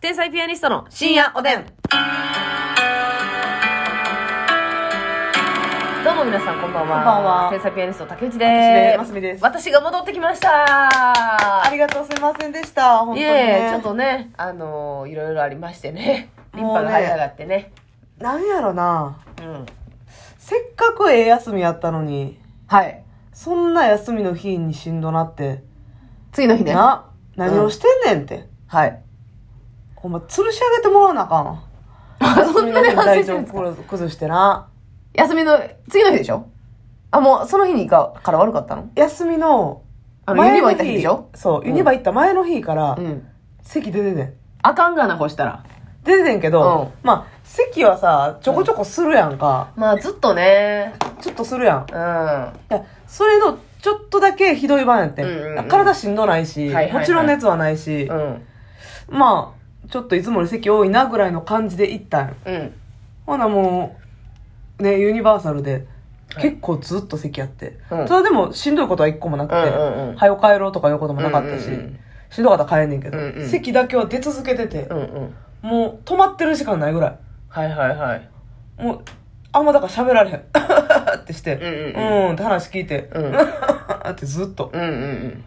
天才ピアニストの深夜おでん。どうも皆さんこんばんはこんばんは天才ピアニスト竹内私でですますみです私が戻ってきましたありがとうすいませんでした。本当いに、えね。ちょっとねあのーいろいろありましてねリンもうパねが腫れ上がってねなんやろな。うんせっかくええ休みやったのに、はいそんな休みの日にしんどなって、次の日ねな、何をしてんねんって。 はいほんま、吊るし上げてもらわなあかんわ。そんなに反省してるんですか体調崩してな。休みの次の日でしょあもうその日にかから悪かったの休みの、あのユニバ行った日でしょそう、んユニバ行った前の日から、うん席出てねん。あかんがなこうしたら出てねんけど、まあ、席はさ、ちょこちょこするやんか。まあずっとねちょっとするやん。うんはいやそれのちょっとだけひどい版やってん、うんうんうん体しんどないし、はいはいはいもちろん熱はないし、いうんまあちょっといつもより席多いなぐらいの感じで行ったんようんほなもうねユニバーサルではい結構ずっと席あって、うんそれでもしんどいことは一個もなくて、うんうんうん早く帰ろうとかいうこともなかったし、うんうんうんしんどかったら帰んねんけど、うんうん席だけは出続けててう、んうんもう止まってる時間ないぐらはいはいはいいもうあんまだから喋られへん ってしてうんううんって話聞いて、うん ってずっとうんうんうん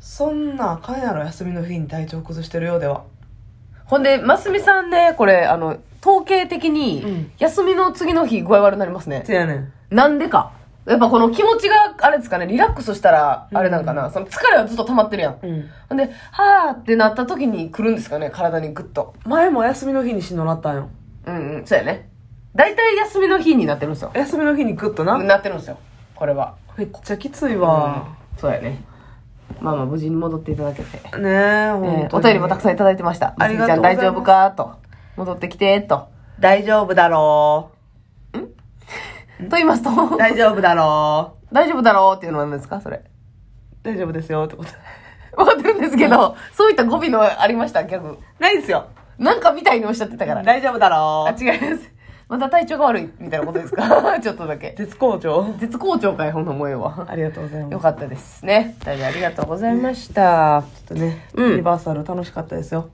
そんなあかんやろ休みの日に体調崩してるようではほんで、ますみさんね、これ、あの、統計的に、うん休みの次の日具合悪になりますね。せやねんなんでか。やっぱこの気持ちが、あれですかね、リラックスしたら、うんあれなんかな、その疲れはずっと溜まってるやん。うんほんで、はーってなった時に来るんですかね、体にグッと。前も休みの日にしんどなったんようんうん、そうやね。大体休みの日になってるんですよ。休みの日にグッとななってるんですよ、これは。めっちゃきついわ、うんそうやね。まあまあ、無事に戻っていただけて。ねええほんーお便りもたくさんいただいてました。ありがますみちとうござゃいんま大す丈夫かと。戻ってきて、と。大丈夫だろと言いますと。う大丈夫だろう大丈夫だろうっていうのは何ですかそれ。大丈夫ですよってことわかってるんですけど、そういった語尾のありました、ギャグ。ないですよなんかみたいにおっしゃってたから。大丈夫だあ、ろう違います。また体調が悪いみたいなことですか ちょっとだけ。絶好調絶好調かい、ほんの思えは。ありがとうございますよかったですね。大変ありがとうございました。ちょっとね、うんユニバーサル楽しかったですよ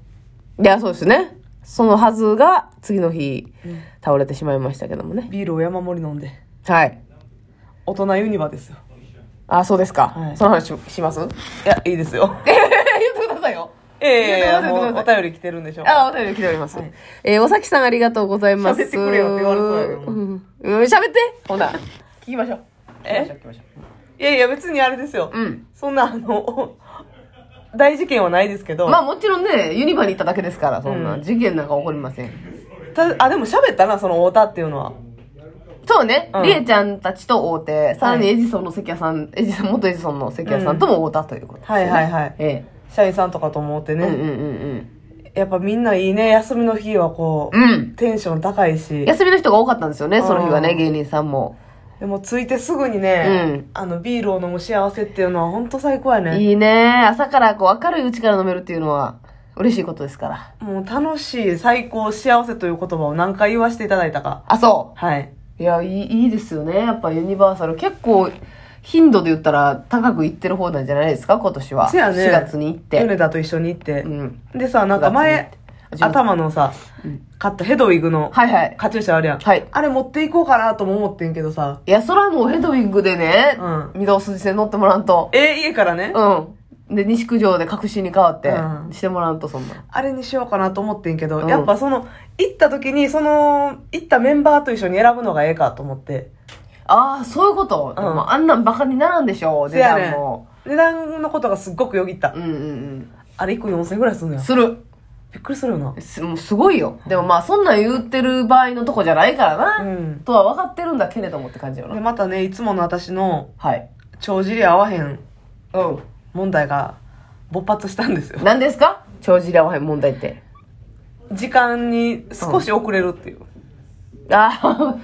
いや、そうですね。そのはずが、次の日、倒れてしまいましたけどもね。ビールを山盛り飲んではい。大人ユニバですよあ、そうですか。はいその話しします 言っいやいい ですよてくださいよ。ええやめてくださいもやめうておくだ便り来てるんでしょうあ、お便り来ております。えー、おさきさんありがとうございます。喋ってくれよって言われそうやけどなうんうん、喋って。ほな。聞きましょう。え聞きましょう。いやいや、別にあれですよ。うん。そんな、あの、 大事件はないですけど。まあもちろんね、ユニバに行っただけですから、そんな、うん事件なんか起こりません。たあ、でも喋ったな、その太田っていうのは。そうね、うんりえちゃんたちと大手、さらにエジソンの関谷さん、エジソン、元エジソンの関谷さんとも太田ということです、ねはいはいはいえ社員さんとかと思ってえ。ね。うんうんうんやっぱみんないいね、休みの日はこう、うん。うん。テンション高いし。休みの人が多かったんですよね、その日はあね、ー芸人さんも。でも着いてすぐにね、うんあの、ビールを飲む幸せっていうのは本当最高やね。いいね朝からこう、明るいうちから飲めるっていうのは、嬉しいことですから。もう楽しい、最高、幸せという言葉を何回言わせていただいたか。あ、そう。はい。いやいいいいですよねやっぱユニバーサル結構頻度で言ったら高くいってる方なんじゃないですか今年はせやね4月に行って、米田と一緒に行って。うん、でさ、なんか前、 4月に行って頭のさ、買ったヘドウィグの、はいはいカチューシャあるやん。はいあれ持っていこうかなとも思ってんけどさ。いやそらもうヘドウィングでね、う御堂筋線乗ってもらうとえー家からね。うんで西九条で隠しに変わって、うんしてもらうとそんなあれにしようかなと思ってんけど、うんやっぱその、行った時に、その、行ったメンバーと一緒に選ぶのがええかと思って。ああそういうこと、うんでもあんなんバカにならんでしょうせやねんも値段のことがすっごくよぎった。うんうんあれ1個4000円ぐらいすんうのんや。するびっくりするよな。すもうすごいよでもまあそんなん言ってる場合のとこじゃないからな、うん。とは分かってるんだけれどもって感じよで、なまたね、いつもの私の、はい帳尻合わへんうん問題が、勃発したんですよ。何ですか帳尻合わへん問題って。時間に少し遅れるっていう。ああ、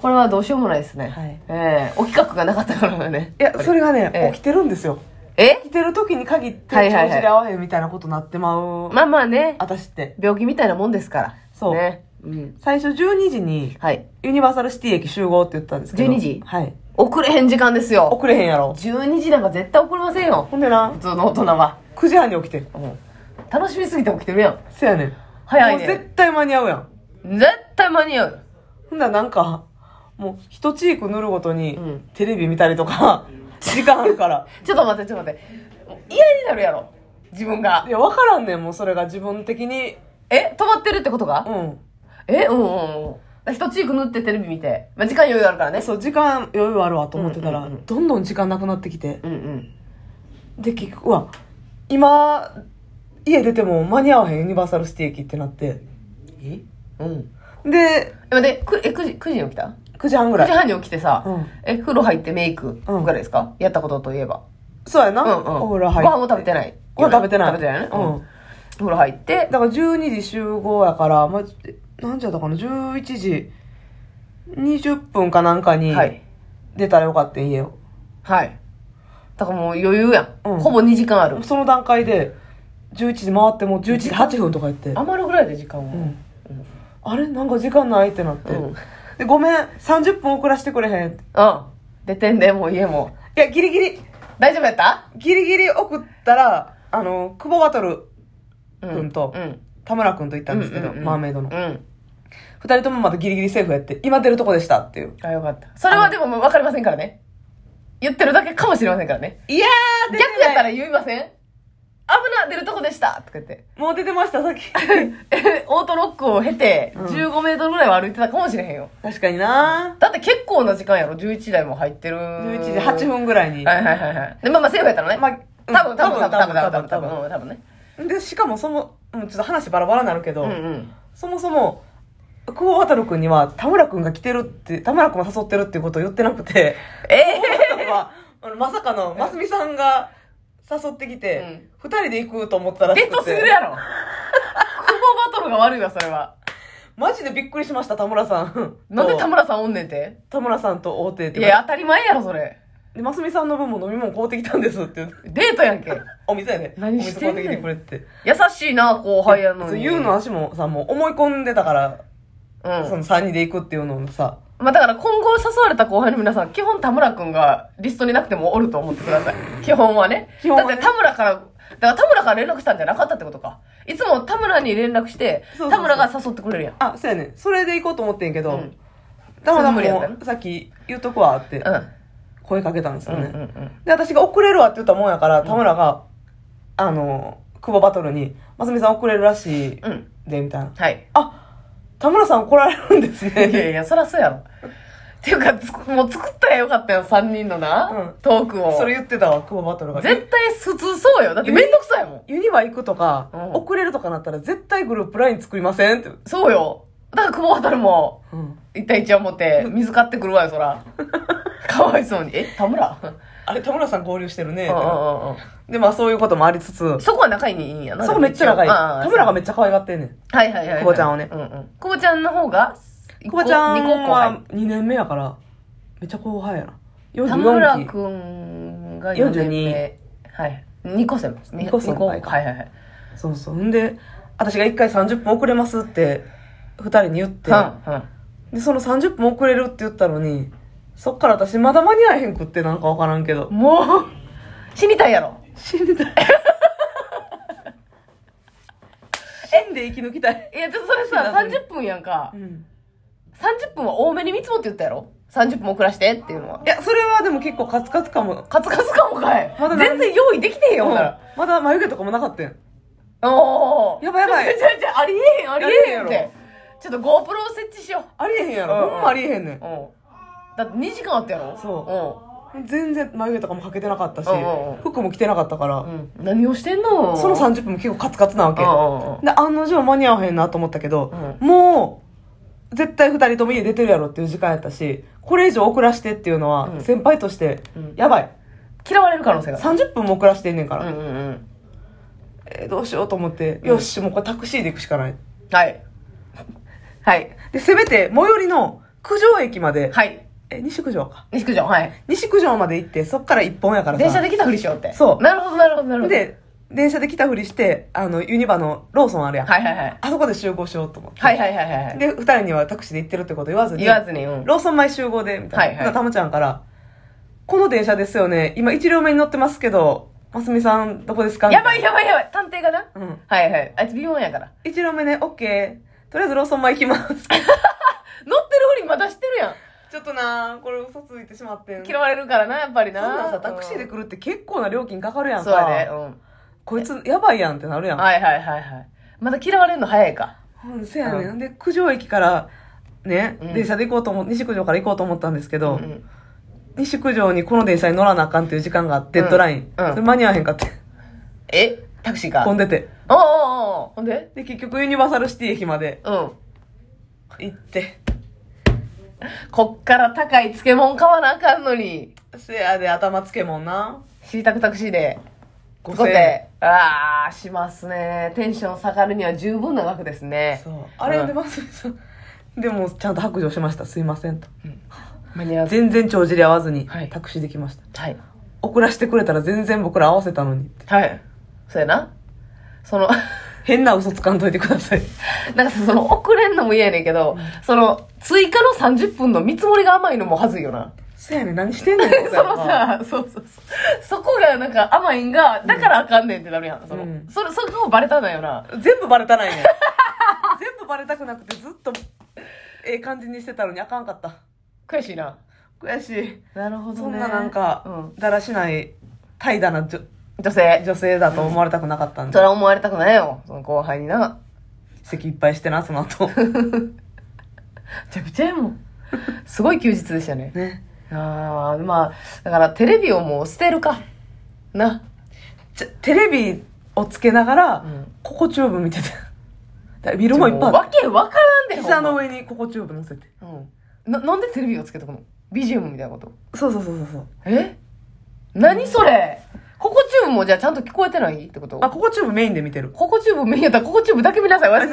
これはどうしようもないですね。はいええお企画がなかったからね。いや、それがね、ええ起きてるんですよ。え起きてる時に限って、は帳いはいはい尻合わへんみたいなことなってまう。まあまあね、私って。病気みたいなもんですから。そうね。うん。最初12時に、はい。ユニバーサルシティ駅集合って言ったんですけど。 12時はい。遅れへん時間ですよ。遅れへんやろ。 12時なんか絶対遅れませんよ。ほんでな普、通の大人は。 9時半に起きてん。うん楽しみすぎて起きてるやん。せやねん。早いもうね絶対間に合うやん。絶対間に合うほんならなんか、もう一チーク塗るごとにうん、テレビ見たりとか、 時間あるから。ちょっと待ってちょっと待って嫌になるやろ自分がいや、わからんねん、もうそれが自分的に。え止まってるってことが、うん。えうんうんうん一チーク塗ってテレビ見て、まあ、時間余裕あるからねそう、時間余裕あるわと思ってたら、うんうんうんどんどん時間なくなってきて。うんうんで、結局、うわ、今、家出ても間に合わへん、ユニバーサルシティ駅ってなって。えうんで、え待ってくえ 9, 時9時に起きた9時半ぐ9ら時い。半に起きてさ、うんえ風呂入ってメイクぐうんらいですか、やったことといえばそうやな。うんうんお風呂入ごっ飯も食べてないご飯食べてない。食べてないねううんん。風呂入ってだから12時集合やから、まあ、何時やったかな ?11 時20分かなんかにはい出たらよかった家を。はいだからもう余裕やん、うんほぼ2時間あるその段階で、11時回っても11時8分とかやって。余るぐらいで時間うをん。あれなんか時間ないってなって。うんで、ごめん、30分遅らしてくれへうん。いん出てんでもう家もや、ギリギリ、大丈夫やったギリギリ送ったら、あの、久保バトル、うんうんとうん田村くんと行ったんですけど、うううマーメイドのう。ん二人ともまだギリギリセーフやって、今出るとこでしたっていう。あよかったそれはでももう分かりませんからね言ってるだけかもしれませんからねいやー、出て逆ないやったら言いません危な出るとこでしたとか言って もう出てました、さっき。 えオートロックを経てうん15メートルぐらいは歩いてたかもしれへんよ。確かになだって結構な時間やろ ?11 時台も入ってる。 11時8。分ぐらいに。はいはいはいはい。で、まあまあセーフやったのね。ままああ、うん多分多分多分多分多分多分多多分多分ね。分で、しかもそも、うんちょっと話バラバラになるけど、うんうん。そもそも、久保渡君には田村君が来てるって、田村君が誘ってるっていうことを言ってなくて、 え田村君はあのまさかの、ますみさんが誘ってきて、二、人で行くと思ってたらー、しゲットくするて、やろ クボバトルが悪いわ、それは。マジでびっくりしました、田村さん。なんで田村村さんおんねんて田村さんと会うてっていや、当たり前やろ、それ。で、ますみさんの分も飲み物買うてきたんですって言って、デートやんけ。お店やね。何してんねんお店買うてきてくれって。優しいな、後輩やのそうに。言うの足もさ、もう思い込んでたから、うん。その3人で行くっていうのをさ、まあだから今後誘われた後輩の皆さん、基本田村くんがリストになくてもおると思ってください。基本はね。基本はだっねて田村から、だから田村から連絡したんじゃなかったってことか。いつも田村に連絡して、そうそうそう田村が誘ってくれるやん。あ、そうやね。それで行こうと思ってんけうどん、たまたそんな無ま理やったのさっき言っとくわってうん。声かけたんですうよんうんうね。ん。で、私が遅れるわって言ったもんやから、田村が、あの、久保バトルに、ますみさん遅れるらしいうん。で、みたいな。はい。あ、田村さん怒られるんですいやね。いや、そらそうやろ。っていうか、つもう作ったらよかったよ、3人のな、うんトークを。それ言ってたわ、久保バトルが。絶対普通そうよ。だってめんどくさいもん。ユニバ行くとかうん、遅れるとかなったら絶対グループライン作りませんって。そうよ。だから久保渡も、うん一対一を持って、水買ってくるわよ、そ ら。かわいそうに。え、田村あれ、田村さん合流してるね。うんうんうんうで、まあそういうこともありつつ、ん。そこは仲いいんやな。そこめっちゃ仲いい。ああ田村がめっちゃ可愛がってんねん。はいはいはいはい。久保ちゃんをねうんうん。久保ちゃんの方が、一久個保ちゃん二個後輩は2年目やから、めっちゃ後輩やな。田村44期。くんが42 42はい。2個先輩。二個先輩かはいはいはい。そうそう。んで、私が1回30分遅れますって、2人に言って、うんうん。で、その30分遅れるって言ったのに、そっから私まだ間に合えへんくってなんかわからんけど。もう、死にたいやろ。死んで たい。死んで生き抜きたい。いや、ちょっとそれさ、30分やんかう。ん。。30分は多めに見積もって言ったやろ ?30 分遅らしてっていうのはいや、それはでも結構カツカツかも。カツカツかもかいまだ。全何然用意できてへんよ、ほんなら。まだ眉毛とかもなかったん。おーやばいやばい ちょちょちょありえへん、ありえへんっありえへんやて。ちょっと GoPro 設置しよありえへんやうんうろ。んほんまありえへんねんう。。うん。だって2時間あったやろそ全然眉毛とかもかけてなかったし、うんうんうん服も着てなかったから、う。うん。うん。何をしてんのその30分も結構カツカツなわけ。うんうんうんで、案の定間に合わへんなと思ったけど、うもう、絶対二人とも家出てるやろっていう時間やったし、これ以上遅らしてっていうのは、うん先輩として、うんやばい。嫌われる可能性があ30分も遅らしてんねんから、る。うんうんうん。えーどうしようと思って、うんよし、もうこれタクシーで行くしかない。はい。 はい。で、せめて、最寄りの九条駅まで、はい。え、西九条か。西区長、はい。西九条まで行って、そっから一本やからさ。電車で来たふりしようって。そうなるほど、なるほど、なるほど。で、電車で来たふりして、あの、ユニバのローソンあるやん。はいはいはい。あそこで集合しようと思って。はいはいはいはいはい。で、二人にはタクシーで行ってるってこと言わずに。言わずに、うん。ローソン前集合で、みたいな。はいはいたまちゃんから、この電車ですよね。今一両目に乗ってますけど、ますみさん、どこですかやばいやばいやばい探偵がな。うん。はいはい。あいつ微妙やから。一郎目ね、オッケー。とりあえずローソン前行きます。乗ってるふりまだしてるやん。 ちょっとなこれ嘘ついてしまってん。嫌われるからな、やっぱりそな。んなんさ、タクシーで来るって結構な料金かかるやんか。そうやね。うこいつやばいやんってなるやん。ん。はいはいはいはい。まだ嫌われるの早いか。うん、せやね、。うんで、九条駅から、ね、うん電車で行こうと思、西九条から行こうと思ったんですけど、うん西九条にこの電車に乗らなあかんっていう時間があって、デッドライン。うんうんそれ間に合わへんかって。えタクシーか。お混んうでて。おうおうほんでで、結局ユニバーサルシティ駅までうん。行って。こっから高い漬物買わなあかんのに。せやで頭つけもんな。知りたくタクシーで。 5000後手。ああ、しますね。テンション下がるには十分な額ですね。そう。あれうんでます、そうでも、ちゃんと白状しました。すいませんと。間に合わず。全然帳尻合わずにはい、タクシーできました。はい。遅らしてくれたら全然僕ら合わせたのに。はい。そうやな。その、 変な嘘つかんといてください。なんかさ、その、遅れんのも嫌やねんけど、その、追加の30分の見積もりが甘いのもはずいよな。せやねん、何してんねん。 そのさ、そうそうそう。そこがなんか甘いんが、だからあかんねんってなるやん。その、うんそれ、そこもバレたんだよな。全部バレたないね 全部バレたくなくてずっとええ感じにしてたのにあかんかった悔しいな。悔しいなるほそんななんか、うん。だらしない怠惰なじょ女性。女性だと思われたくなかったんで、それは思われたくないよ。その後輩にな。席いっぱいしてなその後 めちゃくちゃやもん。すごい休日でしたね。ねああ、まあ、だからテレビをもう捨てるか。な。ちょテレビをつけながら、うんココチューブ見ててだビルもいっぱいもうあっわけわからてんで膝のほん上にココチューブ乗せてまうん。な、なんでテレビをつけとくの ?BGM みたいなこと。そうそうそうそうそうえ何それココチューブもじゃあちゃんと聞こえてないってことあココチューブメインで見てるココチューブメインやったらココチューブだけ見なさい。